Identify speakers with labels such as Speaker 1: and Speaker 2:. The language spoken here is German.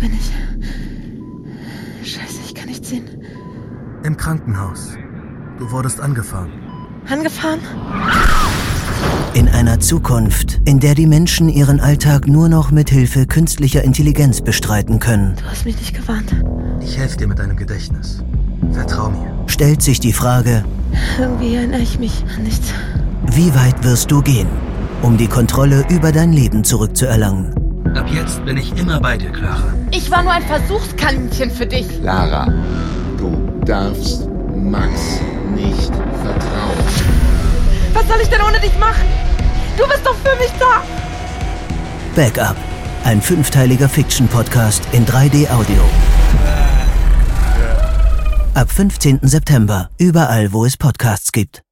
Speaker 1: bin ich? Scheiße, ich kann nicht sehen.
Speaker 2: Im Krankenhaus. Du wurdest angefahren.
Speaker 1: Angefahren?
Speaker 3: In einer Zukunft, in der die Menschen ihren Alltag nur noch mit Hilfe künstlicher Intelligenz bestreiten können,
Speaker 1: Du hast mich nicht gewarnt.
Speaker 2: Ich helfe dir mit deinem Gedächtnis. Vertrau mir.
Speaker 3: stellt sich die Frage,
Speaker 1: Irgendwie erinnere ich mich an nichts.
Speaker 3: wie weit wirst du gehen, um die Kontrolle über dein Leben zurückzuerlangen?
Speaker 2: Ab jetzt bin ich immer bei dir, Clara.
Speaker 4: Ich war nur ein Versuchskaninchen für dich.
Speaker 5: Lara, du darfst Max nicht vertrauen.
Speaker 4: Was soll ich denn ohne dich machen? Du bist doch für mich da.
Speaker 3: Backup, ein fünfteiliger Fiction-Podcast in 3D-Audio. Ab 15. September, überall, wo es Podcasts gibt.